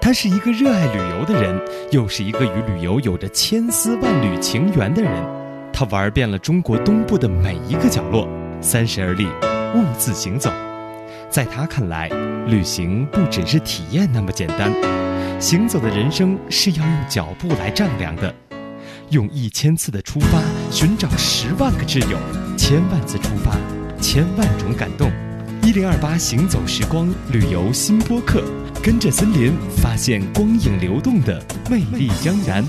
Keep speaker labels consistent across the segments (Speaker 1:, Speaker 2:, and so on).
Speaker 1: 他是一个热爱旅游的人，又是一个与旅游有着千丝万缕情缘的人。他玩遍了中国东部的每一个角落，三十而立，兀自行走。在他看来，旅行不只是体验那么简单，行走的人生是要用脚步来丈量的。用一千次的出发，寻找十万个挚友；千万次出发，千万种感动。一零二八行走时光旅游新播客，跟着森林，发现光影流动的魅力江南。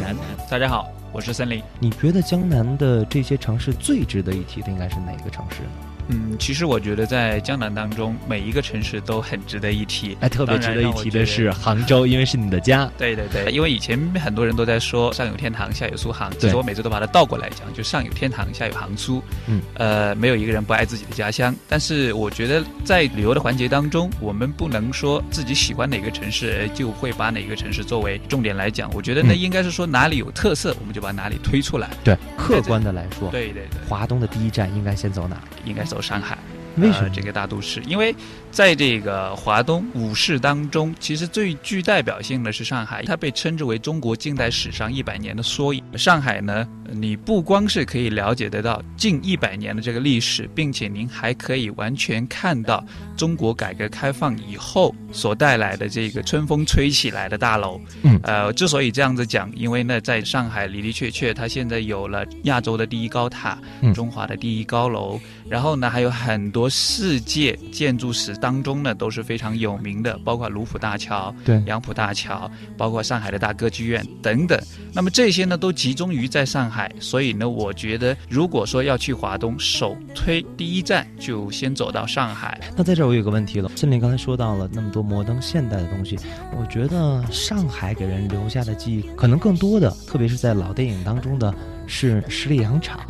Speaker 2: 大家好，我是森林。
Speaker 3: 你觉得江南的这些城市最值得一提的应该是哪个城市呢？
Speaker 2: 嗯，其实我觉得在江南当中，每一个城市都很值得一提。
Speaker 3: 哎，特别值得一提的是杭州，因为是你的家。
Speaker 2: 对对对，因为以前很多人都在说上有天堂，下有苏杭，其实我每次都把它倒过来讲，就上有天堂，下有杭苏。
Speaker 3: 嗯，
Speaker 2: 呃，没有一个人不爱自己的家乡。但是我觉得在旅游的环节当中，我们不能说自己喜欢哪个城市就会把哪个城市作为重点来讲。我觉得那
Speaker 3: 嗯
Speaker 2: 应该是说哪里有特色，我们就把哪里推出来。
Speaker 3: 对，客观的来说，
Speaker 2: 对对对。
Speaker 3: 华东的第一站应该先走哪儿？
Speaker 2: 应该走上海。
Speaker 3: 为什么
Speaker 2: 呃、这个大都市？因为在这个华东五市当中，其实最具代表性的是上海，它被称之为中国近代史上一百年的缩影。上海呢，你不光是可以了解得到近一百年的这个历史，并且您还可以完全看到中国改革开放以后所带来的这个春风吹起来的大楼。
Speaker 3: 嗯
Speaker 2: 呃，之所以这样子讲，因为呢，在上海的的确确，它现在有了亚洲的第一高塔，
Speaker 3: 嗯
Speaker 2: 中华的第一高楼，然后呢，还有很多世界建筑史当中呢都是非常有名的，包括卢浦大桥、
Speaker 3: 对
Speaker 2: 杨浦大桥，包括上海的大歌剧院等等。那么这些呢都集中于在上海，所以呢，我觉得如果说要去华东，首推第一站就先走到上海。
Speaker 3: 那在这儿我有个问题了，森林刚才说到了那么多摩登现代的东西，我觉得上海给人留下的记忆，可能更多的，特别是在老电影当中的，是十里洋场，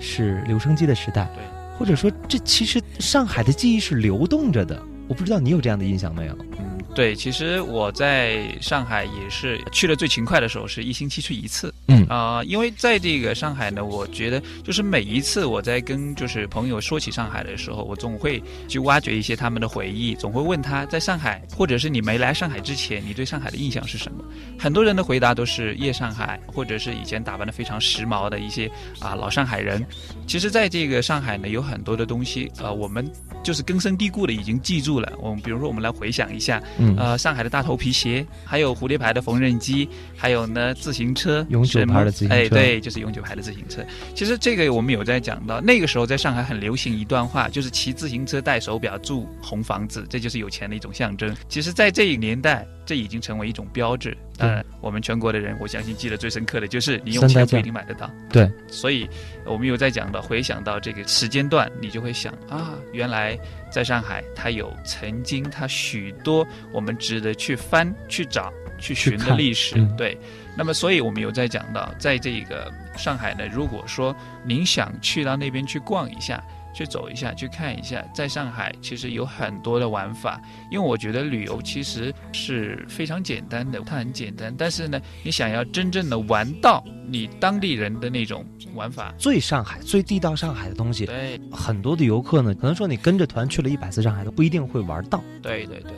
Speaker 3: 是留声机的时代，
Speaker 2: 对
Speaker 3: 或者说这其实上海的记忆是流动着的。我不知道你有这样的印象没有？
Speaker 2: 嗯，对，其实我在上海也是去的最勤快的时候，是一星期去一次。
Speaker 3: 嗯
Speaker 2: 啊、因为在这个上海呢，我觉得就是每一次我在跟就是朋友说起上海的时候，我总会去挖掘一些他们的回忆，总会问他在上海，或者是你没来上海之前，你对上海的印象是什么？很多人的回答都是夜上海，或者是以前打扮的非常时髦的一些啊老上海人。其实，在这个上海呢，有很多的东西，呃，我们就是根深蒂固的已经记住了。我们比如说，我们来回想一下，
Speaker 3: 嗯
Speaker 2: 呃，上海的大头皮鞋，还有蝴蝶牌的缝纫机，还有呢自行车，
Speaker 3: 永久
Speaker 2: 什么
Speaker 3: 牌的自行车
Speaker 2: 哎，对，就是永久牌的自行车。其实这个我们有在讲到，那个时候在上海很流行一段话，就是骑自行车戴手表住红房子，这就是有钱的一种象征。其实，在这一年代，这已经成为一种标志。当然，我们全国的人，我相信记得最深刻的就是你用
Speaker 3: 三
Speaker 2: 钱
Speaker 3: 大
Speaker 2: 不
Speaker 3: 件
Speaker 2: 一定买得到。
Speaker 3: 对，
Speaker 2: 所以我们有在讲到，回想到这个时间段，你就会想啊，原来在上海，它有曾经它许多我们值得去翻、去找、去寻
Speaker 3: 去
Speaker 2: 的
Speaker 3: 看
Speaker 2: 历史。
Speaker 3: 嗯
Speaker 2: 对，那么所以我们有在讲到，在这个上海呢，如果说您想去到那边去逛一下。去走一下，去看一下，在上海其实有很多的玩法，因为我觉得旅游其实是非常简单的，它很简单，但是呢，你想要真正的玩到你当地人的那种玩法，
Speaker 3: 最上海、最地道上海的东西，
Speaker 2: 对
Speaker 3: 很多的游客呢，可能说你跟着团去了一百次上海都不一定会玩到。
Speaker 2: 对对对。